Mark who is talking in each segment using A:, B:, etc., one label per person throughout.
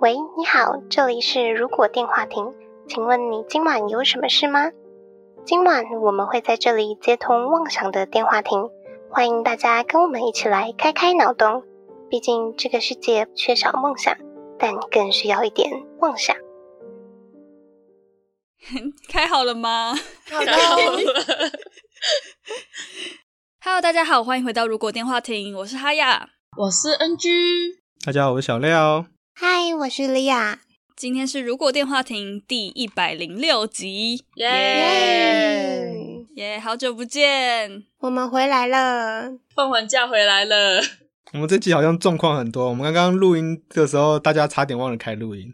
A: 喂，你好，这里是如果电话亭，请问你今晚有什么事吗？今晚我们会在这里接通妄想的电话亭，欢迎大家跟我们一起来开开脑洞。毕竟这个世界缺少梦想，但更需要一点妄想。
B: 开好了吗
C: 好的，
B: ？Hello，大家好，欢迎回到《如果电话亭》，我是哈雅。
C: 我是 NG，
D: 大家好，我是小廖。
A: 嗨，我是莉亚。
B: 今天是《如果电话亭》第一百零六集，
C: 耶！
B: 耶、好久不见！
A: 我们回来了，
C: 放完假回来了，
D: 我们这集好像状况很多，我们刚刚录音的时候，大家差点忘了开录音。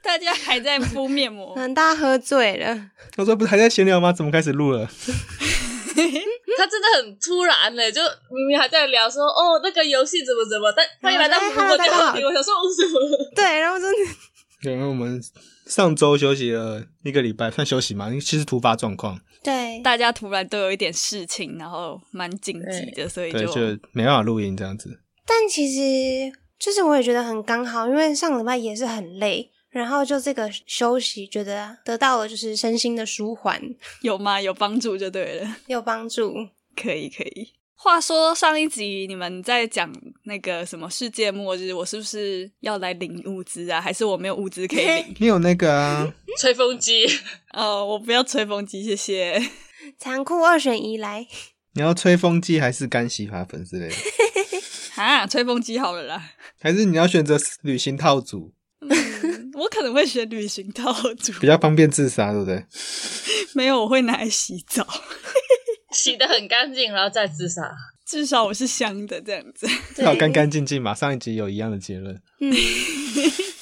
B: 大家还在敷面膜，
E: 嗯，大家喝醉了，
D: 我说不是还在闲聊吗？怎么开始录了？
C: 他真的很突然嘞，就明明还在聊说哦那个游戏怎么怎么，但他一来到
E: 哎
C: 如果
E: hello，
C: 电话
E: 大
C: 亭，
E: 家
C: 我想说哦什么？
E: 对，然后真的
D: 对，因为我们上周休息了一个礼拜，算休息嘛，因为其实突发状况，
E: 对，
B: 大家突然都有一点事情，然后蛮紧急的，所以
D: 对，
B: 就
D: 就没办法录音这样子。
E: 但其实就是我也觉得很刚好，因为上礼拜也是很累，然后就这个休息，觉得得到了就是身心的舒缓，
B: 有吗？有帮助就对了，
E: 有帮助。
B: 可以可以。话说上一集你们在讲那个什么世界末日，我是不是要来领物资啊？还是我没有物资可以领？
D: 你有那个啊？
C: 吹风机，
B: 哦，我不要吹风机，谢谢。
E: 残酷二选一来，
D: 你要吹风机还是干洗发粉之 类的？
B: 哈，啊吹风机好了啦。
D: 还是你要选择旅行套组，
B: 嗯我可能会选旅行套组，
D: 比较方便自杀，对不对？
B: 没有，我会拿来洗澡，
C: 洗得很干净，然后再自杀。
B: 至少我是香的这样子。
D: 最好干干净净嘛。上一集有一样的结论，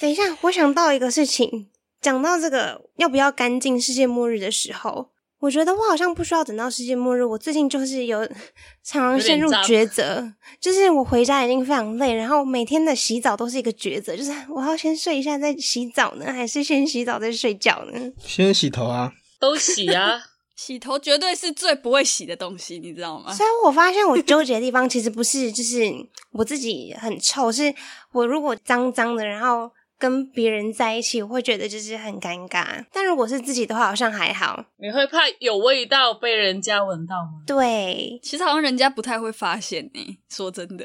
E: 等一下，我想到一个事情，讲到这个要不要干净世界末日的时候，我觉得我好像不需要等到世界末日。我最近就是有 常常陷入
C: 有
E: 抉
C: 点脏
E: 择，就是我回家已经非常累，然后每天的洗澡都是一个抉择，就是我要先睡一下再洗澡呢，还是先洗澡再睡觉呢？
D: 先洗头啊。
C: 都洗啊，
B: 洗头绝对是最不会洗的东西，你知道吗？
E: 虽然我发现我纠结的地方其实不是就是我自己很臭，是我如果脏脏的，然后跟别人在一起，我会觉得就是很尴尬。但如果是自己的话，好像还好。
C: 你会怕有味道被人家闻到吗？
E: 对，
B: 其实好像人家不太会发现呢、说真的，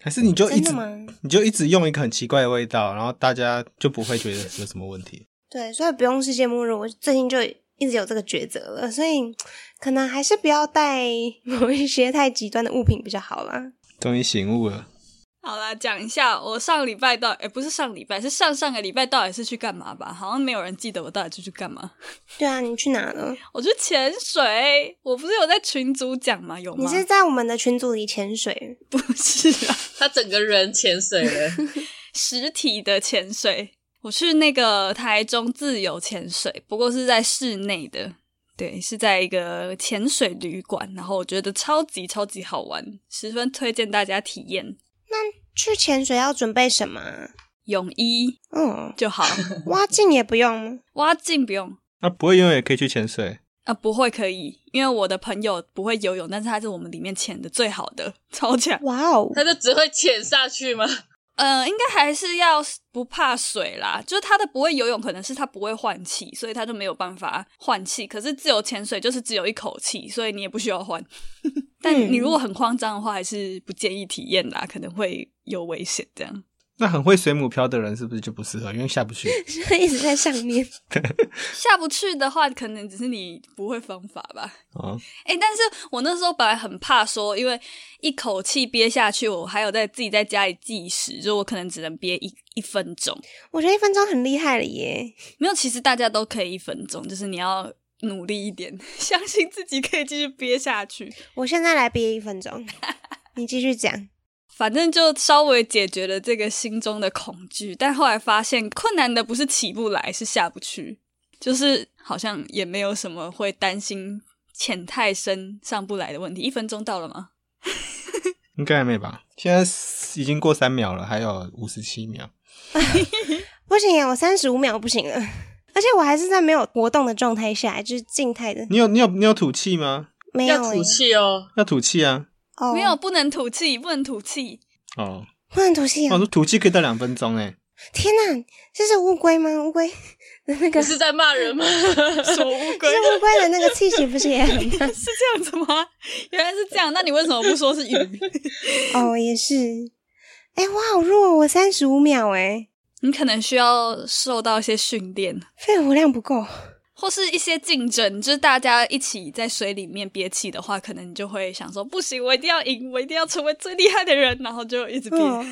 D: 还是你就一
E: 真
D: 直
E: 的吗？
D: 你就一直用一个很奇怪的味道，然后大家就不会觉得有什么问题。
E: 对，所以不用世界末日，我最近就一直有这个抉择了，所以可能还是不要带 某一些太极端的物品比较好啦。
D: 终于醒悟了，
B: 好啦，讲一下我上礼拜到，哎、不是上礼拜，是上上个礼拜到底是去干嘛吧？好像没有人记得我到底是去干嘛。
E: 对啊，你去哪了？
B: 我去潜水，我不是有在群组讲吗？有吗？
E: 你是在我们的群组里潜水？
B: 不是啊？
C: 他整个人潜水了，
B: 实体的潜水，我去那个台中自由潜水，不过是在室内的，对，是在一个潜水旅馆，然后我觉得超级超级好玩，十分推荐大家体验。
E: 去潜水要准备什么啊？
B: 泳衣
E: 嗯，
B: 就 好，
E: 挖镜也不用吗？
B: 蛙镜不用
D: 那不会游泳也可以去潜水，
B: 啊，不会可以，因为我的朋友不会游泳，但是他是我们里面潜的最好的， 超强。
E: 哇哦，
C: 他就只会潜下去吗？
B: 呃，应该还是要不怕水啦。就是他的不会游泳，可能是他不会换气，所以他就没有办法换气。可是自由潜水就是只有一口气，所以你也不需要换。 但你如果很慌张的话，还是不建议体验啦，可能会有危险。这样
D: 那很会水母漂的人是不是就不适合？因为下不去。
E: 一直在上面。
B: 下不去的话，可能只是你不会方法吧。
D: 哦，
B: 哎、但是我那时候本来很怕说，因为一口气憋下去，我还有在自己在家里计时，就我可能只能憋一一分钟。
E: 我觉得一分钟很厉害了耶！
B: 没有，其实大家都可以一分钟，就是你要努力一点， 相信自己可以继续憋下去。
E: 我现在来憋一分 钟，你继续讲。
B: 反正就稍微解决了这个心中的恐惧，但后来发现困难的不是起不来，是下不去，就是好像也没有什么会担心潜太深上不来的问题。一分钟到了吗？
D: 应该还没吧？现在已经过三秒了，还有五十七秒。
E: 不行耶，我三十五秒不行了，而且我还是在没有活动的状态下，就是静态的，
D: 你有你有你有吐气吗？
E: 没有欸
C: 要
E: 耶
C: 吐气哦，
D: 要吐气啊！
E: 哦，
B: 没有，不能吐气，不能吐气。
D: 哦，
E: 不能吐气
D: 我
E: 啊！
D: 说吐气可以到两分钟哎，
E: 天哪，这是乌龟吗？乌龟 的那个
C: 你是在骂人吗？
B: 什么乌
E: 这是乌龟的那个气息不是也很 慢？
B: 是这样子吗？原来是这样，那你为什么不说是 鱼？
E: 哦，也是。哎、我好弱，我三十五秒哎、
B: 你可能需要受到一些训练，
E: 肺活量不 够。
B: 或是一些竞争，就是大家一起在水里面憋气的话，可能你就会想说，不行，我一定要赢，我一定要成为最厉害的人，然后就一直憋，
E: 哦，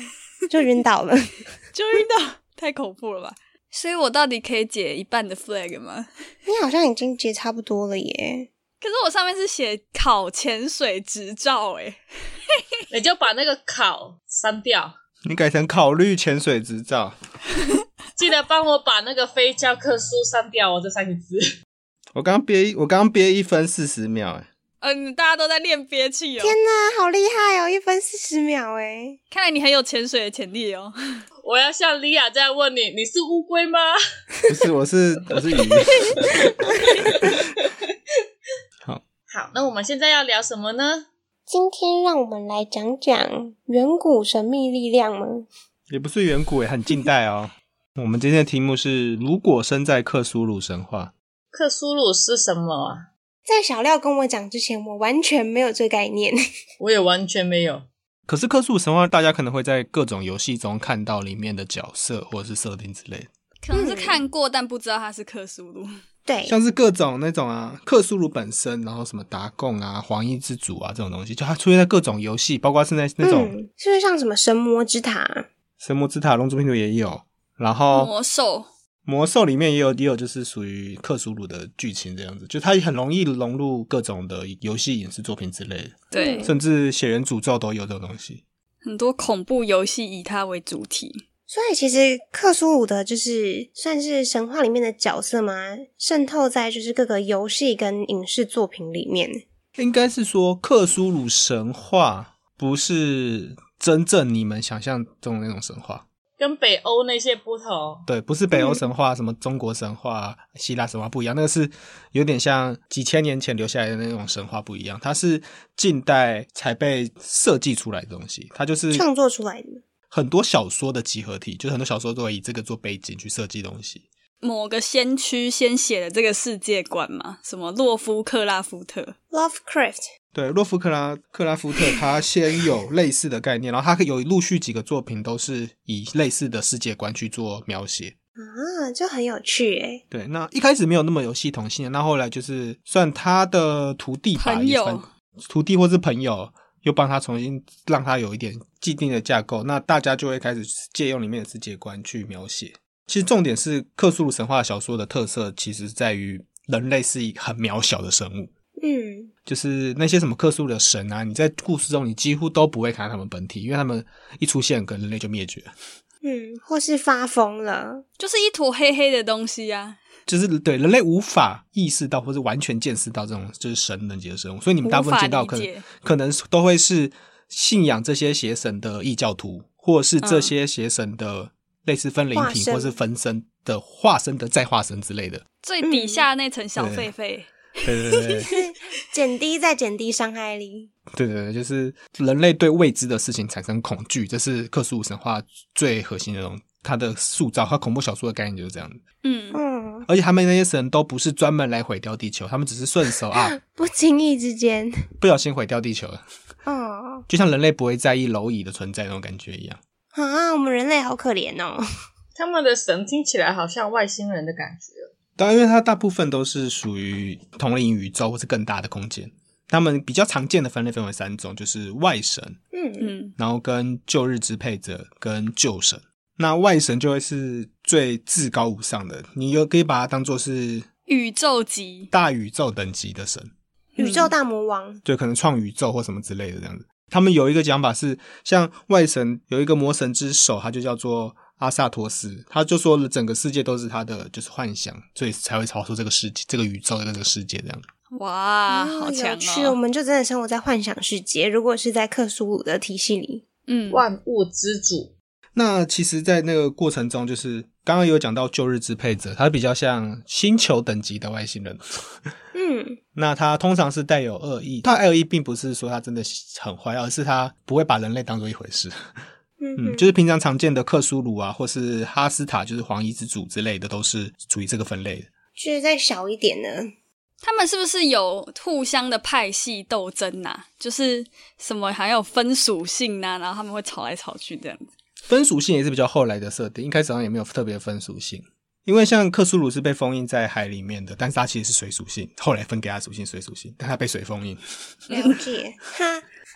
E: 就晕倒了。
B: 就晕倒，太恐怖了吧？所以我到底可以解一半的 flag 吗？
E: 你好像已经解差不多了耶。
B: 可是我上面是写考潜水执照、欸，诶，
C: 你就把那个考删掉，
D: 你改成考虑潜水执照，
C: 记得帮我把那个非教科书删掉哦，这三个字。
D: 我刚刚憋一，我刚刚憋一分四十秒哎，
B: 嗯，大家都在练憋气哦。
E: 天哪，好厉害哦！一分四十秒哎，
B: 看来你很有潜水的潜力哦。
C: 我要像莉亚这样问你，你是乌龟吗？
D: 不是，我是我是鱼，
C: 好，那我们现在要聊什么呢？
E: 今天让我们来讲讲远古神秘力量吗？
D: 也不是远古哎，很近代哦。我们今天的题目是：如果身在克苏鲁神话，
C: 克苏鲁是什么啊？
E: 在小廖跟我讲之前，我完全没有这概念。
C: 我也完全没有。
D: 可是克苏鲁神话大家可能会在各种游戏中看到里面的角色或者是设定之类的。
B: 可能是看过，但不知道它是克苏鲁。
E: 对，
D: 像是各种那种啊，克苏鲁本身，然后什么达贡啊、黄衣之主啊这种东西，就它出现在各种游戏，包括现在那种
E: 嗯，是不是像什么神魔之塔？啊
D: 神魔之塔、龙族拼图也有，然后
E: 哦
B: 魔兽，
D: 魔兽里面也有也有就是属于克苏鲁的剧情这样子，就它也很容易融入各种的游戏、影视作品之类的，
B: 对，
D: 甚至血缘诅咒都有这种东西。
B: 很多恐怖游戏以它为主体。
E: 所以其实克苏鲁的就是算是神话里面的角色嘛，渗透在就是各个游戏跟影视作品里面。
D: 应该是说克苏鲁神话不是真正你们想象中的那种神话，
C: 跟北欧那些不同，
D: 对，不是北欧神话、什么中国神话、希腊神话不一样，那个是有点像几千年前留下来的那种神话不一样，它是近代才被设计出来的东西，它就是
E: 创作出来的
D: 很多小说的集合体，就是很多小说都会以这个做背景去设计东西。
B: 某个先驱先写的这个世界观嘛，什么洛夫克拉夫特，
E: Lovecraft，
D: 对，洛夫克拉克拉夫特他先有类似的概念，然后他有陆续几个作品都是以类似的世界观去做描写。
E: 啊，就很有趣诶。
D: 对，那一开始没有那么有系统性，那后来就是算他的徒弟吧，
B: 朋
D: 也
B: 友
D: 算徒弟或是朋友，又帮他重新让他有一点既定的架构，那大家就会开始借用里面的世界观去描写。其实重点是克苏鲁神话小说的特色，其实在于人类是一个很渺小的生物，
E: 嗯，
D: 就是那些什么克苏鲁的神啊，你在故事中你几乎都不会看到他们本体，因为他们一出现，可能人类就灭绝了。
E: 嗯，或是发疯了，
B: 就是一坨黑黑的东西啊。
D: 就是对人类无法意识到或是完全见识到这种就是神能级的生物，所以你们大部分见到
B: 无法
D: 可
B: 理解
D: 能可能都会是信仰这些邪神的异教徒，或是
B: 嗯
D: 这些邪神的类似分灵
E: 化
D: 体
E: 身
D: 或是分身的化身的再化身之类的。
B: 最底下那层小狒狒，
D: 对对对对
E: 减低再减低伤害力。
D: 对对对，就是人类对未知的事情产生恐惧，这是克苏鲁神话最核心的东西。它的塑造，它恐怖小说的概念就是这样子。
B: 嗯，
E: 嗯，
D: 而且他们那些神都不是专门来毁掉地球，他们只是顺手 啊，
E: 不经意之间，
D: 不小心毁掉地球了。
E: 哦，
D: 就像人类不会在意蝼蚁的存在那种感觉一样。
E: 啊，我们人类好可怜哦。
C: 他们的神听起来好像外星人的感觉。
D: 当然，因为它大部分都是属于同龄宇宙或是更大的空间。他们比较常见的分类分为三种，就是外神，
E: 嗯
B: 嗯，
D: 然后跟旧日支配者跟旧神。那外神就会是最至高无上的，你又可以把它当做是
B: 宇宙级，
D: 大宇宙等级的神，
E: 宇宙大魔王，
D: 对，可能创宇宙或什么之类的这样子。他们有一个讲法是，像外神有一个魔神之首，他就叫做阿萨托斯，他就说了整个世界都是他的就是幻想，所以才会超出这个世界、这个宇宙跟这个世界这样。
B: 哇，啊好
E: 嗯有
B: 强
E: 趣，我
B: 哦！
E: 们就真的生活在幻想世界。如果是在克苏鲁的体系里，
B: 嗯，
C: 万物之主，
D: 那其实，在那个过程中，就是刚刚有讲到旧日支配者，他比较像星球等级的外星人，
E: 嗯，
D: 那它通常是带有恶意，它恶意并不是说它真的很坏，而是它不会把人类当做一回事。嗯，就是平常常见的克苏鲁啊，或是哈斯塔，就是黄衣之主之类的，都是属于这个分类的。
E: 就是再小一点
B: 嗯
E: 呢，
B: 他们是不是有互相的派系斗争呐、就是什么还有分属性呐、然后他们会吵来吵去这样子。
D: 分属性也是比较后来的设定，一开始好像也没有特别分属性，因为像克苏鲁是被封印在海里面的，但是它其实是水属性，后来分给它属性水属性，但它被水封印，
E: 了解哈，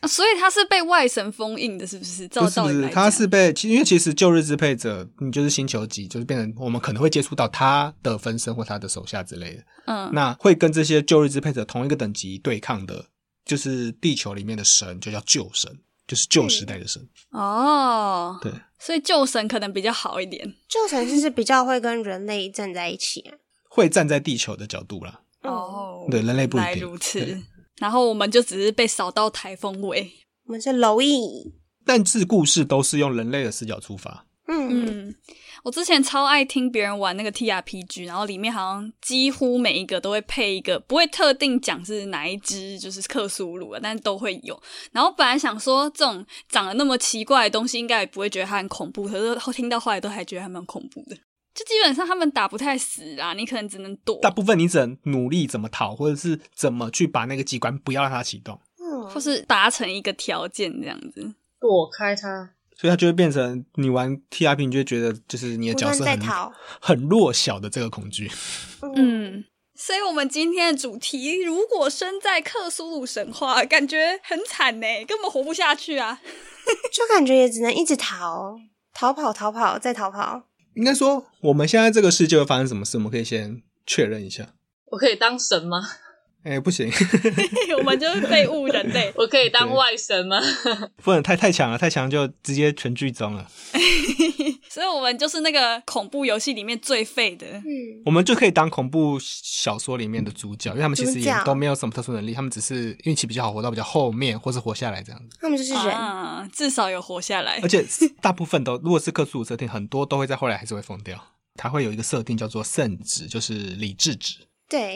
B: 啊所以他是被外神封印的，是不是？照
D: 不是
B: 道
D: 不
B: 理
D: 是，
B: 来
D: 它
B: 讲
D: 是被其因为其实旧日支配者，你就是星球级，就是变成我们可能会接触到他的分身或他的手下之类的，
B: 嗯
D: 那会跟这些旧日支配者同一个等级对抗的，就是地球里面的神，就叫旧神，就是旧时代的神，
B: 哦，
D: 对。
B: 所以旧神可能比较好一点。
E: 旧城市是比较会跟人类站在一起啊。嗯
D: 会站在地球的角度啦，
B: 哦，
D: 对人类不一
B: 原来
D: 定
B: 如
D: 对
B: 此。然后我们就只是被扫到台风尾。
E: 我们是蝼蚁，
D: 但是故事都是用人类的视角出发。
E: 嗯，
B: 嗯，我之前超爱听别人玩那个 TRPG，然后里面好像几乎每一个都会配一个，不会特定讲是哪一只，就是克苏鲁啊，但都会有。然后本来想说这种长得那么奇怪的东西，应该也不会觉得它很恐怖，可是后听到后来都还觉得还蛮恐怖的。就基本上他们打不太死啦，你可能只能躲，
D: 大部分你只能努力怎么逃，或者是怎么去把那个机关不要让它启动，
E: 嗯
B: 或是达成一个条件这样子。
C: 躲开它。
D: 所以它就会变成你玩 T R P，你就会觉得就是你的
E: 不
D: 角
E: 断
D: 色
E: 在
D: 很
E: 逃，
D: 很弱小的这个恐惧。
B: 嗯，所以我们今天的主题，如果身在克苏鲁神话，感觉很惨呢，根本活不下去啊。
E: 就感觉也只能一直逃，逃跑，逃跑，再逃跑。
D: 应该说，我们现在这个世界会发生什么事，我们可以先确认一下。
C: 我可以当神吗？
D: 哎、不行，
B: 我们就是废物人类。
C: 我可以当外神吗？
D: 不能太太强了，太强就直接全剧终了。
B: 所以我们就是那个恐怖游戏里面最废的。
E: 嗯，
D: 我们就可以当恐怖小说里面的主角，因为他们其实
E: 主
D: 也
E: 角
D: 都没有什么特殊能力，他们只是运气比较好，活到比较后面，或是活下来这样子。
E: 他们就是人，
B: 啊，至少有活下来
D: 而。且大部分都，如果是克苏鲁设定，很多都会在后来还是会疯掉。它会有一个设定叫做圣值，就是理智值，
B: 会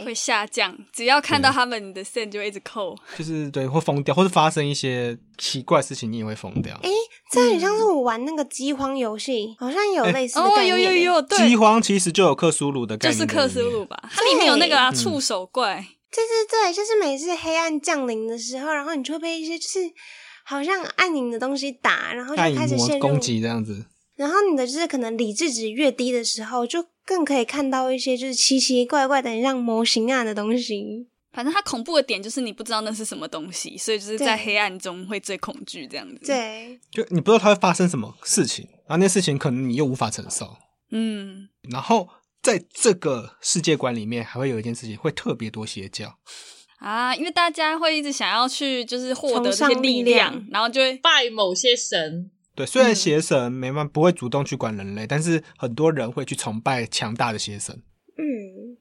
E: 对，
B: 下降，只要看到他们，你的线就会一直扣。
D: 就是对会疯掉，或是发生一些奇怪事情，你也会疯掉。
E: 这很像是我玩那个饥荒游戏，好像有
D: 哎
E: 类似的
B: 嗯哦，
E: 概念、
B: 有有
E: 欸
B: 有，
D: 饥
B: 对，
D: 荒其实就有克苏鲁的概
B: 就
D: 念，
B: 是克苏鲁。吧？它里面有那个啊，触手怪。
E: 对对对，就是每次黑暗降临的时候，然后你就会被一些就是好像暗影的东西打，然后就
D: 暗影
E: 开始陷
D: 魔
E: 入
D: 攻击这样子，
E: 然后你的就是可能理智值越低的时候，就更可以看到一些就是奇奇怪怪的、很像模型啊的东西。
B: 反正它恐怖的点就是你不知道那是什么东西，所以就是在
E: 对
B: 黑暗中会最恐惧这样子。，
E: 对，
D: 就你不知道它会发生什么事情，然后那事情可能你又无法承受。
B: 嗯，
D: 然后在这个世界观里面，还会有一件事情会特别多邪教，
B: 啊，因为大家会一直想要去就是获得这
E: 崇
B: 些
E: 尚
B: 力
E: 力量
B: 量，然后就会
C: 拜某些神，
D: 对，虽然
B: 嗯
D: 邪神没办不会主动去管人类，但是很多人会去崇拜强大的邪神。
E: 嗯，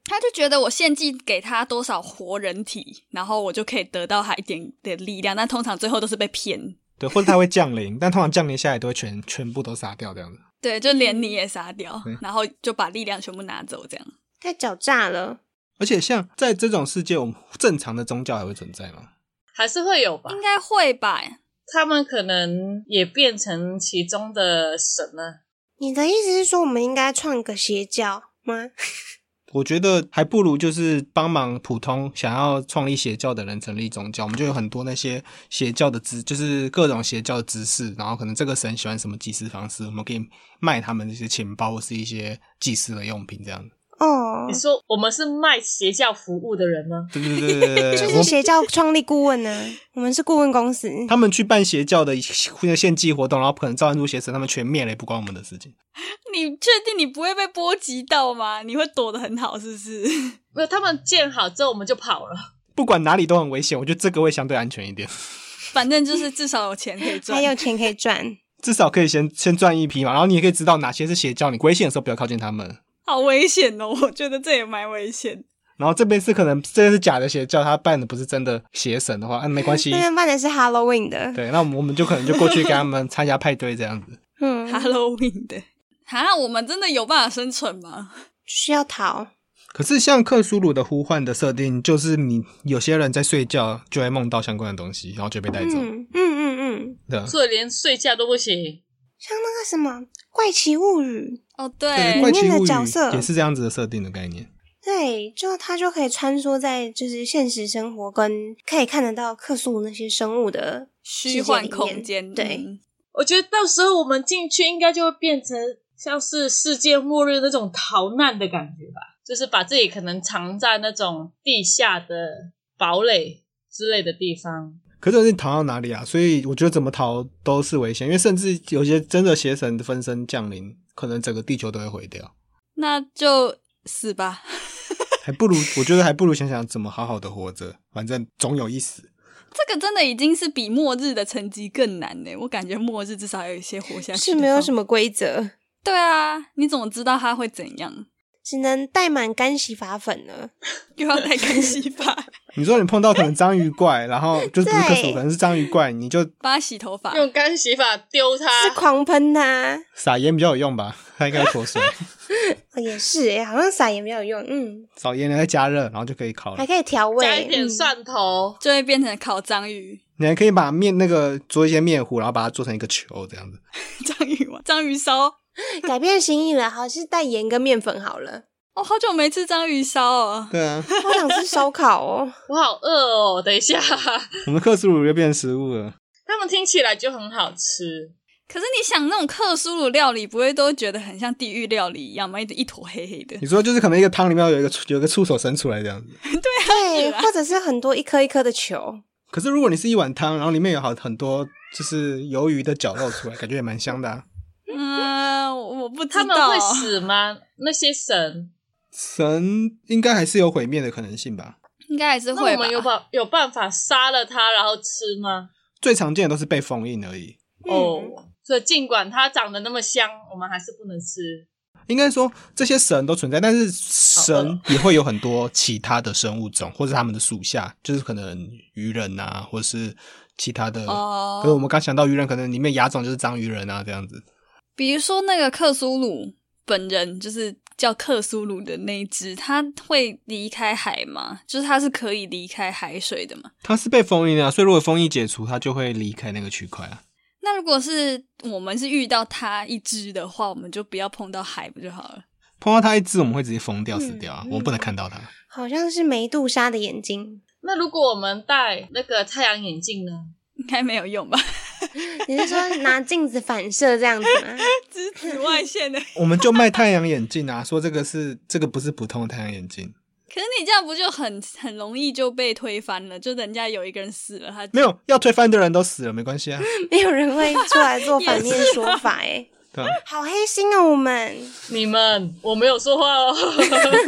B: 他就觉得我献祭给他多少活人体，然后我就可以得到他一点点力量，但通常最后都是被骗。
D: 对，或者它会降临，但通常降临下来都会全全部都杀掉这样子。
B: 对，就连你
E: 嗯
B: 也杀掉
D: 对，
B: 然后就把力量全部拿走，这样。
E: 太狡诈了。
D: 而且像在这种世界，我们正常的宗教还会存在吗？
C: 还是会有吧？
B: 应该会吧？
C: 他们可能也变成其中的神啊了。
E: 你的意思是说，我们应该创个邪教吗？
D: 我觉得还不如就是帮忙普通想要创立邪教的人成立宗教，我们就有很多那些邪教的知，就是各种邪教的知识，然后可能这个神喜欢什么祭祀方式，我们可以卖他们这些钱包或是一些祭祀的用品这样子。
E: 哦
C: 你，说我们是卖邪教服务的人吗？
D: 对对对对 对
E: 就
D: 对，
E: 是
D: 呃我
E: 邪教创立顾问呢、我们是顾问公司。
D: 他们去办邪教的一些献祭活动，然后可能召唤出邪神，他们全灭了，也不关我们的事情。
B: 你确定你不会被波及到吗？你会躲得很好，是不是？
C: 没有，他们建好之后我们就跑了。
D: 不管哪里都很危险，我觉得这个会相对安全一点，
B: 反正就是至少有钱可以赚。
E: 还有钱可以 赚，
D: 至少可以先先赚一批嘛，然后你也可以知道哪些是邪教，你危险的时候不要靠近他们。
B: 好危险哦！我觉得这也蛮危险。
D: 然后这边是可能这边是假的邪教，他扮的不是真的邪神的话，嗯，没关系
E: 那。边办的是 Halloween 的，
D: 对，那我们我们就可能就过去跟他们参加派对这 样子。
E: 嗯，
B: Halloween 的，哈，我们真的有办法生存吗？
E: 就是要逃。
D: 可是像克苏鲁的呼唤的设定，就是你有些人在睡觉就会梦到相关的东西，然后就被带走。
E: 嗯嗯嗯嗯，
D: 对啊，
C: 所以连睡觉都不行。
E: 像那个什么《怪奇物语
B: 哦，
D: 对，
B: 对，
D: 怪
E: 里
D: 奇
E: 面的
D: 物
E: 角
D: 语
E: 色
D: 也是这样子的设定的概念。》，
E: 对，就它就可以穿梭在就是现实生活跟可以看得到克苏鲁那些生物的
B: 虚幻空间，
E: 世界里面对
B: 嗯
C: 我觉得到时候我们进去应该就会变成像是世界末日那种逃难的感觉吧，就是把自己可能藏在那种地下的堡垒之类的地方。
D: 可是你逃到哪里啊？所以我觉得怎么逃都是危险，因为甚至有些真的邪神分身降临，可能整个地球都会毁掉。
B: 那就死吧。
D: 还不如，我觉得还不如想想怎么好好的活着，反正总有一死。
B: 这个真的已经是比末日的成绩更难呢。我感觉末日至少有一些活下去
E: 是没有什
B: 么。
E: 么规则，
B: 对啊，你怎么知道他会怎样？
E: 只能带满干洗发粉了。
B: 又要带干洗发，
D: 你说你碰到可能章鱼怪，然后就是不是克
E: 对
D: 数，可能是章鱼怪，你就
B: 帮他洗头发。
C: 用干洗法丢它
E: 是，狂喷它，
D: 撒盐比较有用吧？ 它应该会 脱水，
E: 哦，也是诶，好像撒盐没有用，嗯，
D: 撒盐再加热，然后就可以烤了
E: 还。可以调味，
C: 加一点
E: 嗯
C: 蒜头，
B: 就会变成烤章鱼、
D: 你还可以把面那个做一些面糊，然后把它做成一个球这样子。
B: 章鱼丸、章鱼烧。
E: 改变心意了，好是带盐跟面粉好了。
B: 哦，好久没吃章鱼烧哦。
D: 对啊，
E: 我想吃烧烤 哦，
C: 我好饿哦！等一下，
D: 我们克苏鲁又变食物了。
C: 他们听起来就很好吃。
B: 可是你想，那种克苏鲁料理不会都觉得很像地狱料理一样吗？一一坨黑黑的
D: 你，说就是可能一个汤里面有一个有一个触手伸出来这样子。
E: 对，
B: 是啊
E: 或者是很多一颗一颗的球，
D: 可是如果你是一碗汤，然后里面有好很多就是鱿鱼的绞肉出来，感觉也蛮香的、啊。
B: 嗯、我我不知道。
C: 他们会死吗？那些神，
D: 神应该还是有毁灭的可能性吧？
B: 应该还是
C: 那
B: 会
C: 我
B: 吧
C: 们。有办有办法杀了它然后吃吗？
D: 最常见的都是被封印而已。
E: 嗯
C: 哦，所以尽管它长得那么香，我们还是不能吃。
D: 应该说这些神都存在，但是神
C: 哦
D: 也会有很多其他的生物种，或是他们的属下，就是可能鱼人啊，或是其他的。
B: 哦
D: 可是我们刚想到鱼人，可能里面亚种就是章鱼人啊这样子。
B: 比如说那个克苏鲁本人，就是叫克苏鲁的那一只，他会离开海吗？就是他是可以离开海水的吗？
D: 它是被封印的、啊，所以如果封印解除，它就会离开那个区块啊。
B: 那如果是我们是遇到它一只的话，我们就不要碰到海不就好了？
D: 碰到它一只，我们会直接疯掉、
E: 嗯
D: 死掉啊！
E: 嗯
D: 我们不能看到它。
E: 好像是梅杜莎的眼睛。
C: 那如果我们戴那个太阳眼镜呢？
B: 应该没有用吧？
E: 你是说拿镜子反射这样子吗？
B: 这是紫外线的。
D: 我们就卖太阳眼镜啊，说这个是这个不是普通的太阳眼镜，
B: 可是你这样不就很很容易就被推翻了？就人家有一个人死了，他
D: 没有要推翻的人都死了，没关系啊，
E: 没有人会出来做反面说法
C: 哦
E: 哎，
D: 对吧、
E: 好黑心啊！我们，
C: 你们，我没有说话哦。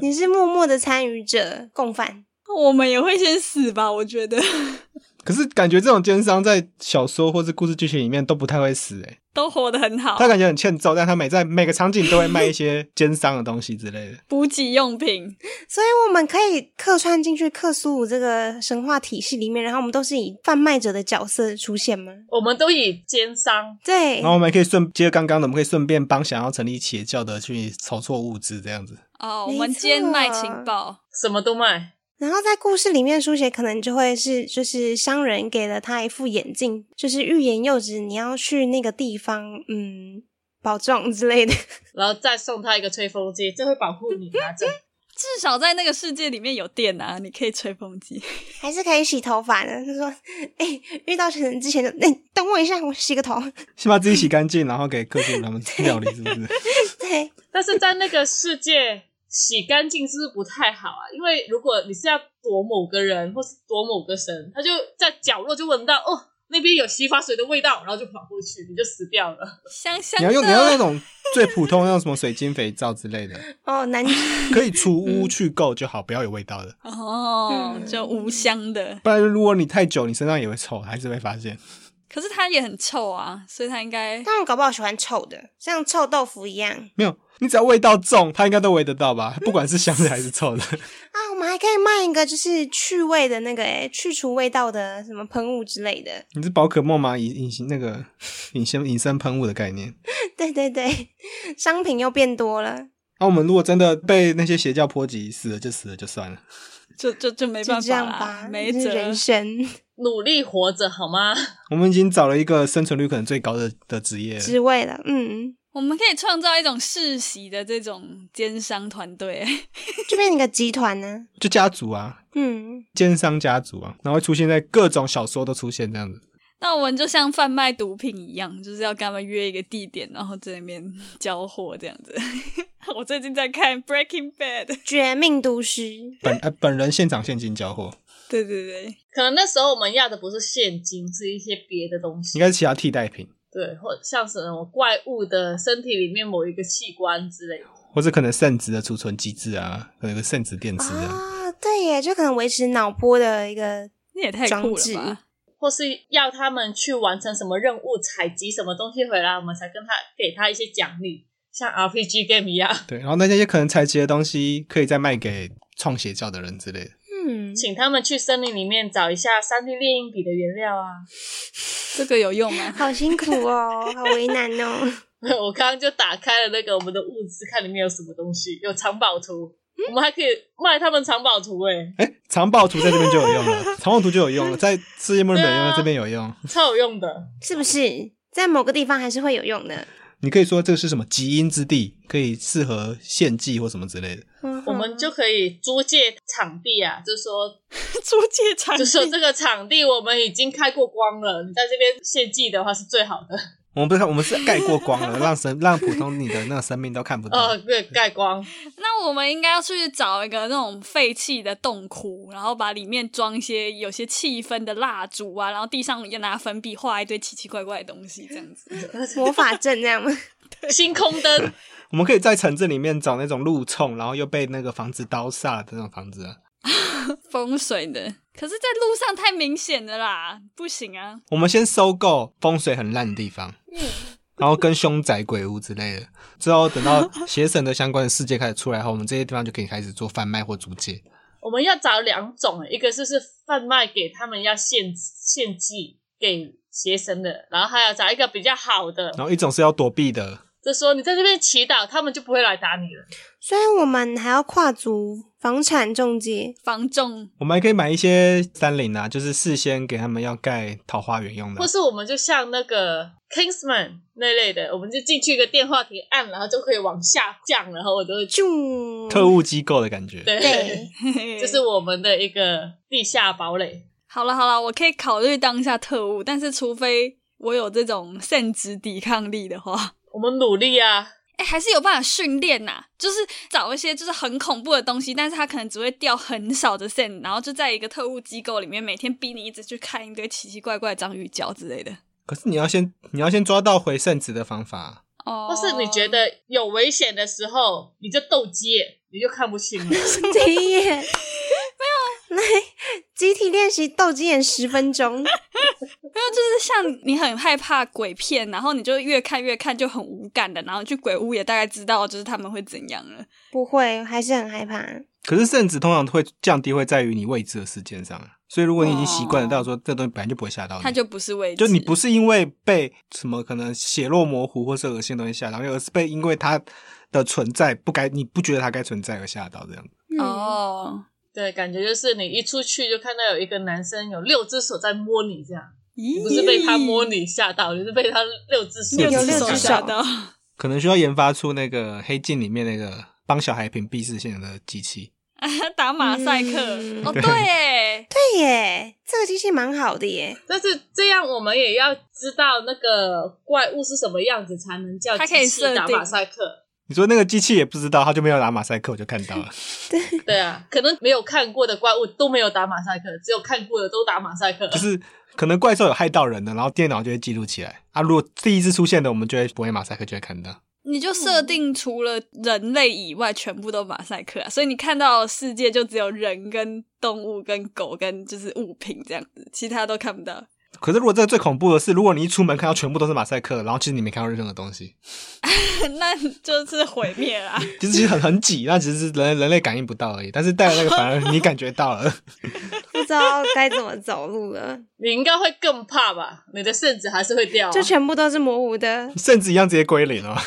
E: 你是默默的参与者，共犯。
B: 我们也会先死吧？我觉得
D: 可是感觉这种奸商在小说或是故事剧情里面都不太会死、欸，
B: 都活得很好
D: 他，感觉很欠揍，但他每在每个场景都会卖一些奸商的东西之类的。
B: 补给用品。
E: 所以我们可以客串进去克苏鲁这个神话体系里面，然后我们都是以贩卖者的角色出现吗？
C: 我们都以奸商，
E: 对
D: 然，后我们也可以顺接着刚刚的，我们可以顺便帮想要成立邪教的去筹措物资，这样子。
B: 哦，我
E: 没
B: 们兼
E: 错啊
B: 卖情报，
C: 什么都卖。
E: 然后在故事里面书写可能就会是，就是商人给了他一副眼镜，就是欲言又止，你要去那个地方，嗯，保重之类的。
C: 然后再送他一个吹风机，这会保护你拿着。
B: 至少在那个世界里面有电啊，你可以吹风 机。
E: 还是可以洗头发的。他说：“哎、遇到人之前就，哎、等我一下，我洗个头。
D: 先把自己洗干净，然后给各种他们料理，是不是？”
E: 对，
C: 但是在那个世界，洗干净是不是不太好啊？因为如果你是要躲某个人或是躲某个神，他就在角落就闻到哦，那边有洗发水的味道，然后就跑过去，你就死掉了。
B: 香香
D: 你
B: 的，
D: 要用你要用那种最普通的那种什么水晶肥皂之类的，
E: 哦，男，
D: 可以除污去垢就好，不要有味道的。
B: 哦，
E: 嗯
B: 就无香的。
D: 不然如果你太久，你身上也会臭，还是会发现。
B: 可是它也很臭啊，所以它应该
E: 但我搞不好喜欢臭的，像臭豆腐一样
D: 没有，你只要味道重，它应该都闻得到吧？不管是香的还是臭的。
E: 啊。我们还可以卖一个就是去味的那个、哎，去除味道的什么喷雾之类的。
D: 你是宝可梦吗？隐隐形那个隐身隐身喷雾的概念。
E: 对对对，商品又变多了。
D: 那、我们如果真的被那些邪教波及，死了就死了就算了。
B: 就就就没
E: 就
B: 办
E: 这
B: 法
E: 样
B: 啦
E: 吧，，
B: 没
E: 这是
B: 辙。
E: 人生
C: 努力活着好吗？
D: 我们已经找了一个生存率可能最高的的职业了，
E: 之位了，嗯，
B: 我们可以创造一种世袭的这种奸商团队，
E: 就变成一个集团呢，
D: 就家族啊，
E: 嗯，
D: 奸商家族啊，然后会出现在各种小说都出现这样子。
B: 那我们就像贩卖毒品一样，就是要跟他们约一个地点，然后在那边交货这样子。 我最近在看《Breaking Bad》，
E: 绝命毒师，
D: 本呃本人现场现金交货，
B: 对对对，
C: 可能那时候我们要的不是现金，是一些别的东西
D: 应，该是其他替代品，
C: 对，或像是那种怪物的身体里面某一个器官之类的。
D: 或者可能肾值的储存机制啊，可能有个肾值电池啊。
E: 啊，对耶，就可能维持脑波的一个，
B: 那也太酷了
E: 装置
B: 吧！
C: 或是要他们去完成什么任务，采集什么东西回来，我们才跟他给他一些奖励，像 RPG game 一样，
D: 对，然后那些可能采集的东西可以再卖给创邪教的人之类的。
E: 嗯，
C: 请他们去森林里面找一下三 D 猎鹰笔的原料啊。
B: 这个有用 吗？
E: 好辛苦哦，好为难哦，
C: 我刚刚就打开了那个我们的物资，看里面有什么东西，有藏宝图，我们还可以卖他们藏宝图、欸，
D: 哎，藏宝图在这边就有用了， 藏宝图就有用了，在世界末日本用
C: 对
D: 了
C: 啊
D: 这边有用。
C: 超有用的。
E: 是不是？在某个地方还是会有用的。
D: 你可以说这个是什么极阴之地，可以适合献祭或什么之类的。
E: 嗯
C: 我们就可以租借场地啊，就说
B: 租借场
C: 就说
B: 地，
C: 这个场地我们已经开过光了，你在这边献祭的话是最好的。
D: 我们不是，我们是盖过光了，让神让普通你的那个生命都看不到
C: 哦，。对，盖光，
B: 那我们应该要去找一个那种废弃的洞窟，然后把里面装一些有些气氛的蜡烛啊，然后地上也拿粉笔画一堆奇奇怪怪的东西，这样子。
E: 魔法阵这样吗？
C: 星空灯，
D: 我们可以在城镇里面找那种路冲，然后又被那个房子刀煞的那种房子啊。
B: 风水的，可是，在路上太明显了啦，不行啊！
D: 我们先收购风水很烂的地方，
C: 嗯
D: 然后跟凶宅、鬼屋之类的。之后等到邪神的相关的世界开始出来后，我们这些地方就可以开始做贩卖或租借。
C: 我们要找两种，一个就是贩卖给他们要献献祭给邪神的，然后还要找一个比较好的，
D: 然后一种是要躲避的，
C: 就说你在这边祈祷，他们就不会来打你了。
E: 所以我们还要跨足房产中介，
B: 防重
D: 我们还可以买一些山林啊，就是事先给他们要盖桃花源用的
C: 或。是我们就像那个 Kingsman 那类的，我们就进去一个电话亭按，然后就可以往下降，然后我就会去。
E: 就
D: 特务机构的感觉，
C: 对，
E: 对，
C: 这是我们的一个地下堡垒。
B: 好了好了，我可以考虑当下特务，但是除非我有这种圣职抵抗力的话，
C: 我们努力啊，
B: 哎、还是有办法训练呐。就是找一些就是很恐怖的东西，但是他可能只会掉很少的肾，然后就在一个特务机构里面，每天逼你一直去看一堆奇奇怪怪的章鱼脚之类的。
D: 可是你要先你要先抓到回圣子的方法，啊
B: 哦
C: 或是你觉得有危险的时候，你就斗鸡，你就看不清 了。
E: 第一页没有来集体练习斗鸡眼十分钟，
B: 没有，就是像你很害怕鬼片，然后你就越看越看就很无感的，然后去鬼屋也大概知道就是他们会怎样了。
E: 不会，还是很害怕。
D: 可是圣子通常会降低，会在于你未知的事件上。啊所以如果你已经习惯了
B: 哦
D: 到说这东西本来就不会吓到你，
B: 他就不是未知，
D: 嗯就你不是因为被什么可能血肉模糊或是恶心的东西吓到，而是被因为它的存在不该你不觉得它该存在而吓到这样。
E: 嗯，
B: 哦。
C: 对，感觉就是你一出去就看到有一个男生有六只手在摸你，这样
B: 咦
C: 不是被他摸你吓到，你是被他六只手
D: 六
B: 六
D: 只
B: 只
D: 手
B: 手
E: 吓
B: 吓到，
D: 可能需要研发出那个黑镜里面那个帮小孩屏蔽视线的机器，
B: 打马赛克、
E: 嗯
B: 哦， 对，
E: 对耶，这个机器蛮好的耶，
C: 但是这样，我们也要知道那个怪物是什么样子，才能叫
B: 它可以
C: 机器
B: 设
C: 打
B: 定
C: 马赛克。
D: 你说那个机器也不知道，他就没有打马赛克，我就看到了。
C: 对啊，可能没有看过的怪物都没有打马赛克，只有看过的都打马赛克。
D: 就是可能怪兽有害到人的，然后电脑就会记录起来啊。如果第一次出现的，我们就会不会马赛克就会看到。
B: 你就设定除了人类以外，全部都马赛克啊，所以你看到的世界就只有人跟动物、跟狗、跟就是物品这样子，其他都看不到。
D: 可是如果这个最恐怖的是，如果你一出门看到全部都是马赛克，然后其实你没看到任何东西，
B: 那就是毁灭啦！
D: 其实其实很很挤，那只是人人类感应不到而已。但是带了那个反而你感觉到了，
E: 不知道该怎么走路了，
C: 你应该会更怕吧？你的圣旨还是会掉啊、
E: 就全部都是模糊的。
D: 甚至一样直接归零了。哦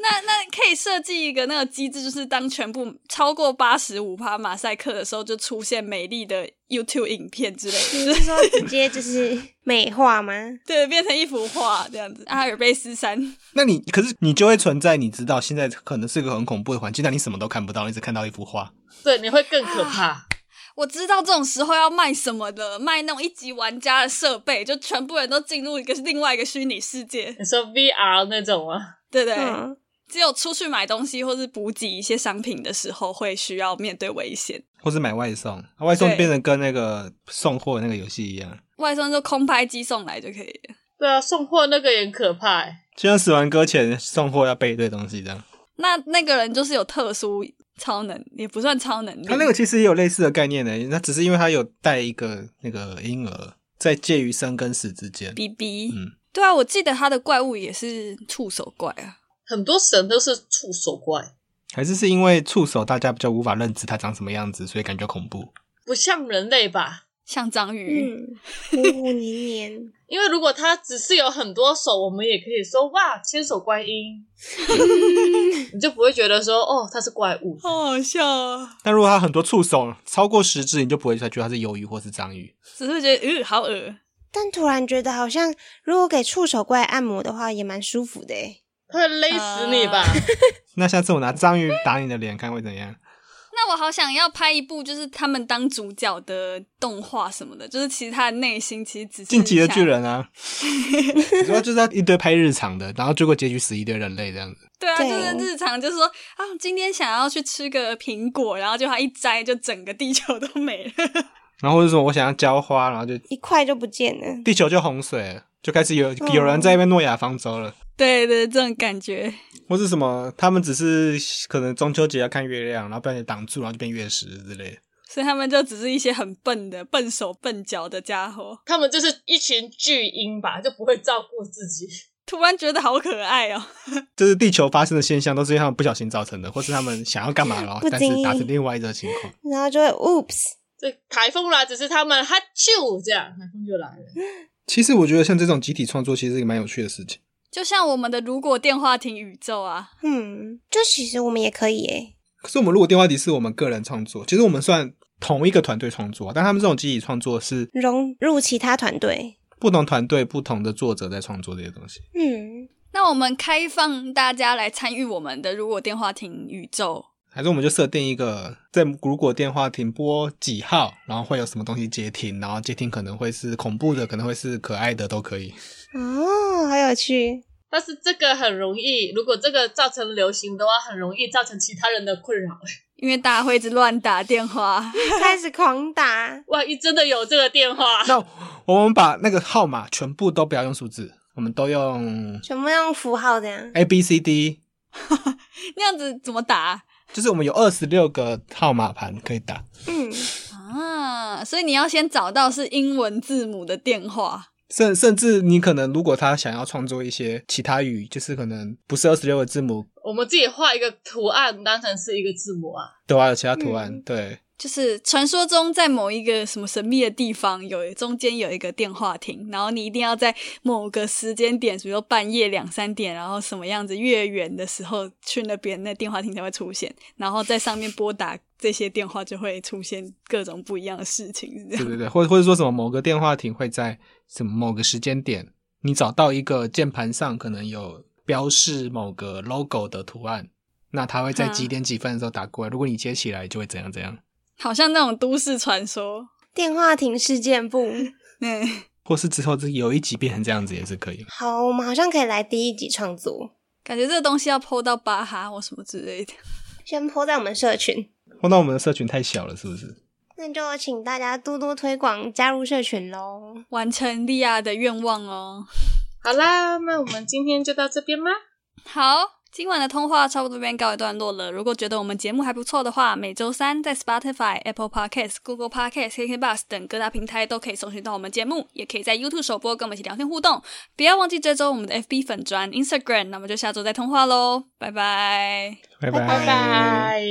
B: 那那可以设计一个那个机制，就是当全部超过八十五趴马赛克的时候，就出现美丽的 YouTube 影片之类的，
E: 你是说直接就是美化吗？
B: 对，变成一幅画这样子。阿尔卑斯山，
D: 那你可是你就会存在，你知道现在可能是个很恐怖的环境，但你什么都看不到，你只看到一幅画。
C: 对，你会更可怕。
B: 我知道这种时候要卖什么的，卖那种一级玩家的设备，就全部人都进入一个另外一个虚拟世界，
C: 你说 VR 那种吗？
B: 对不对？
E: 嗯，
B: 只有出去买东西或是补给一些商品的时候，会需要面对危险。
D: 或是买外送，啊外送
B: 对
D: 变成跟那个送货的那个游戏一样。
B: 外送就空拍机送来就可以了。
C: 对啊，送货那个也很可怕、欸。
D: 就像死亡搁浅，送货要背一堆东西这样。
B: 那那个人就是有特殊超能，也不算超能力。
D: 它那个其实也有类似的概念呢，那只是因为它有带一个那个婴儿，在介于生跟死之间。
B: B B，
D: 嗯，
B: 对啊，我记得他的怪物也是触手怪啊。
C: 很多神都是触手怪，
D: 还是是因为触手大家比较无法认知它长什么样子，所以感觉恐怖。
C: 不像人类吧？
B: 像章鱼，
E: 嗯，糊糊黏黏，
C: 因为如果它只是有很多手，我们也可以说哇，千手观音，你就不会觉得说哦，它是怪物。
B: 好好笑啊！
D: 但如果它很多触手超过十只，你就不会再觉得它是鱿鱼或是章鱼。
B: 只是觉得，嗯、好恶。
E: 但突然觉得好像如果给触手怪按摩的话，也蛮舒服的诶。
C: 它会勒死你吧？
B: 啊
D: 那下次我拿章鱼打你的脸，看会怎样？
B: 那我好想要拍一部，就是他们当主角的动画什么的，就是其实他的内心其实只是
D: 晋级的
B: 想
D: 巨，人啊，主要就是他一堆拍日常的，然后结果结局死一堆人类这样子。
B: 对啊，
E: 对
B: 就是日常就是说啊，今天想要去吃个苹果，然后就他一摘，就整个地球都没了。
D: 然后或者说我想要浇花，然后就
E: 一块就不见了。
D: 地球就洪水了，就开始有
E: 嗯
D: 有人在那边诺亚方舟了，
B: 对对，这种感觉。
D: 或是什么，他们只是可能中秋节要看月亮，然后被人挡住，然后就变月食之类的。
B: 所以他们就只是一些很笨的、笨手笨脚的家伙。
C: 他们就是一群巨婴吧，就不会照顾自己。
B: 突然觉得好可爱哦！
D: 就是地球发生的现象，都是因为他们不小心造成的，或是他们想要干嘛，然后
E: 不
D: 但
E: 经
D: 是
E: 意
D: 达成另外一个情况。
E: 然后就会 oops，
C: 对，台风啦，只是他们哈啾这样，台风就来了。
D: 其实我觉得像这种集体创作，其实也蛮有趣的事情。
B: 就像我们的如果电话亭宇宙啊，
E: 嗯，就其实我们也可以诶。
D: 可是我们如果电话题是我们个人创作，其实我们算同一个团队创作，但他们这种集体创作是
E: 融入其他团队。
D: 不同团队、不同的作者在创作这些东西。
E: 嗯，
B: 那我们开放大家来参与我们的如果电话亭宇宙。
D: 还是我们就设定一个，在如果电话停播几号，然后会有什么东西接听，然后接听可能会是恐怖的，可能会是可爱的，都可以。
E: 哦，好有趣。
C: 但是这个很容易，如果这个造成流行的话，很容易造成其他人的困扰。
B: 因为大家会一直乱打电话，
E: 开始狂打，
C: 万一真的有这个电话，
D: 那我们把那个号码全部都不要用数字，我们都用
E: 全部用符号这样。
D: A B C D，
B: 那样子怎么打
D: 就是我们有二十六个号码盘可以打。
E: 嗯，
B: 啊？所以你要先找到是英文字母的电话，
D: 甚甚至你可能，如果他想要创作一些其他语，就是可能不是二十六个字母，
C: 我们自己画一个图案当成是一个字母啊。
D: 对吧？有其他图案，
E: 嗯
D: 对，
B: 就是传说中在某一个什么神秘的地方有中间有一个电话亭，然后你一定要在某个时间点，比如说半夜两三点，然后什么样子越远的时候去那边，那电话亭才会出现，然后在上面拨打这些电话就会出现各种不一样的事情，是这
D: 对
B: 样。
D: 对对，或或者说什么某个电话亭会在什么某个时间点，你找到一个键盘上可能有标示某个 logo 的图案，那它会在
B: 嗯
D: 几点几分的时候打过来，如果你接起来就会怎样怎样，
B: 好像那种都市传说，
E: 电话亭事件簿。
B: 嗯，
D: 或是之后这有一集变成这样子也是可以。
E: 好，我们好像可以来第一集创作，
B: 感觉这个东西要剖到巴哈或什么之类的。
E: 先泼在我们社群。
D: 哦，那我们的社群太小了，是不是？
E: 那就请大家多多推广，加入社群喽。
B: 完成利亚的愿望哦。
C: 好啦，那我们今天就到这边吧。
B: 好，今晚的通话差不多这边告一段落了。如果觉得我们节目还不错的话，每周三在 Spotify、Apple Podcasts、Google Podcasts、KK Bus 等各大平台都可以搜寻到我们节目，也可以在 YouTube 首播跟我们一起聊天互动。不要忘记追踪我们的 FB 粉专、Instagram。那么就下周再通话喽，拜拜。
D: 拜
E: 拜
C: 拜拜。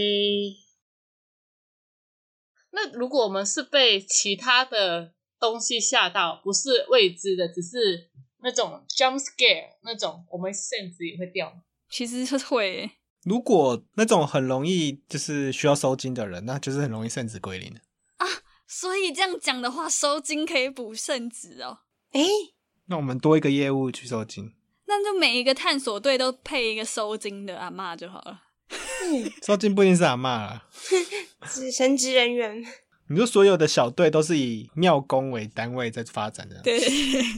C: 那如果我们是被其他的东西吓到，不是未知的，只是那种 jump scare 那种，我们 sense 也会掉吗。
B: 其实是会耶、
D: 如果那种很容易就是需要收金的人，那就是很容易圣子归零的。
B: 所以这样讲的话，收金可以补圣职哦。
E: 哎、
D: 那我们多一个业务去收金，
B: 那就每一个探索队都配一个收金的阿嬷就好了。
D: 收金不一定是阿嬷啦，
E: 是神职人员，
D: 你说所有的小队都是以庙工为单位在发展的，
B: 对，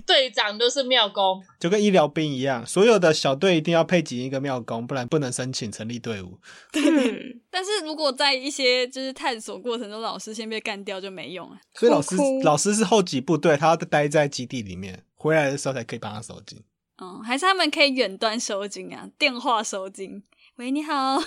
C: 队长都是庙工，
D: 就跟医疗兵一样，所有的小队一定要配给一个庙工，不然不能申请成立队伍。
E: 嗯，
B: 但是如果在一些就是探索过程中，老师先被干掉就没用了。
D: 所以老师
E: 哭哭
D: 老师是后几部队，他要待在基地里面，回来的时候才可以帮他收金。
B: 嗯，还是他们可以远端收金啊，电话收金。喂，你好。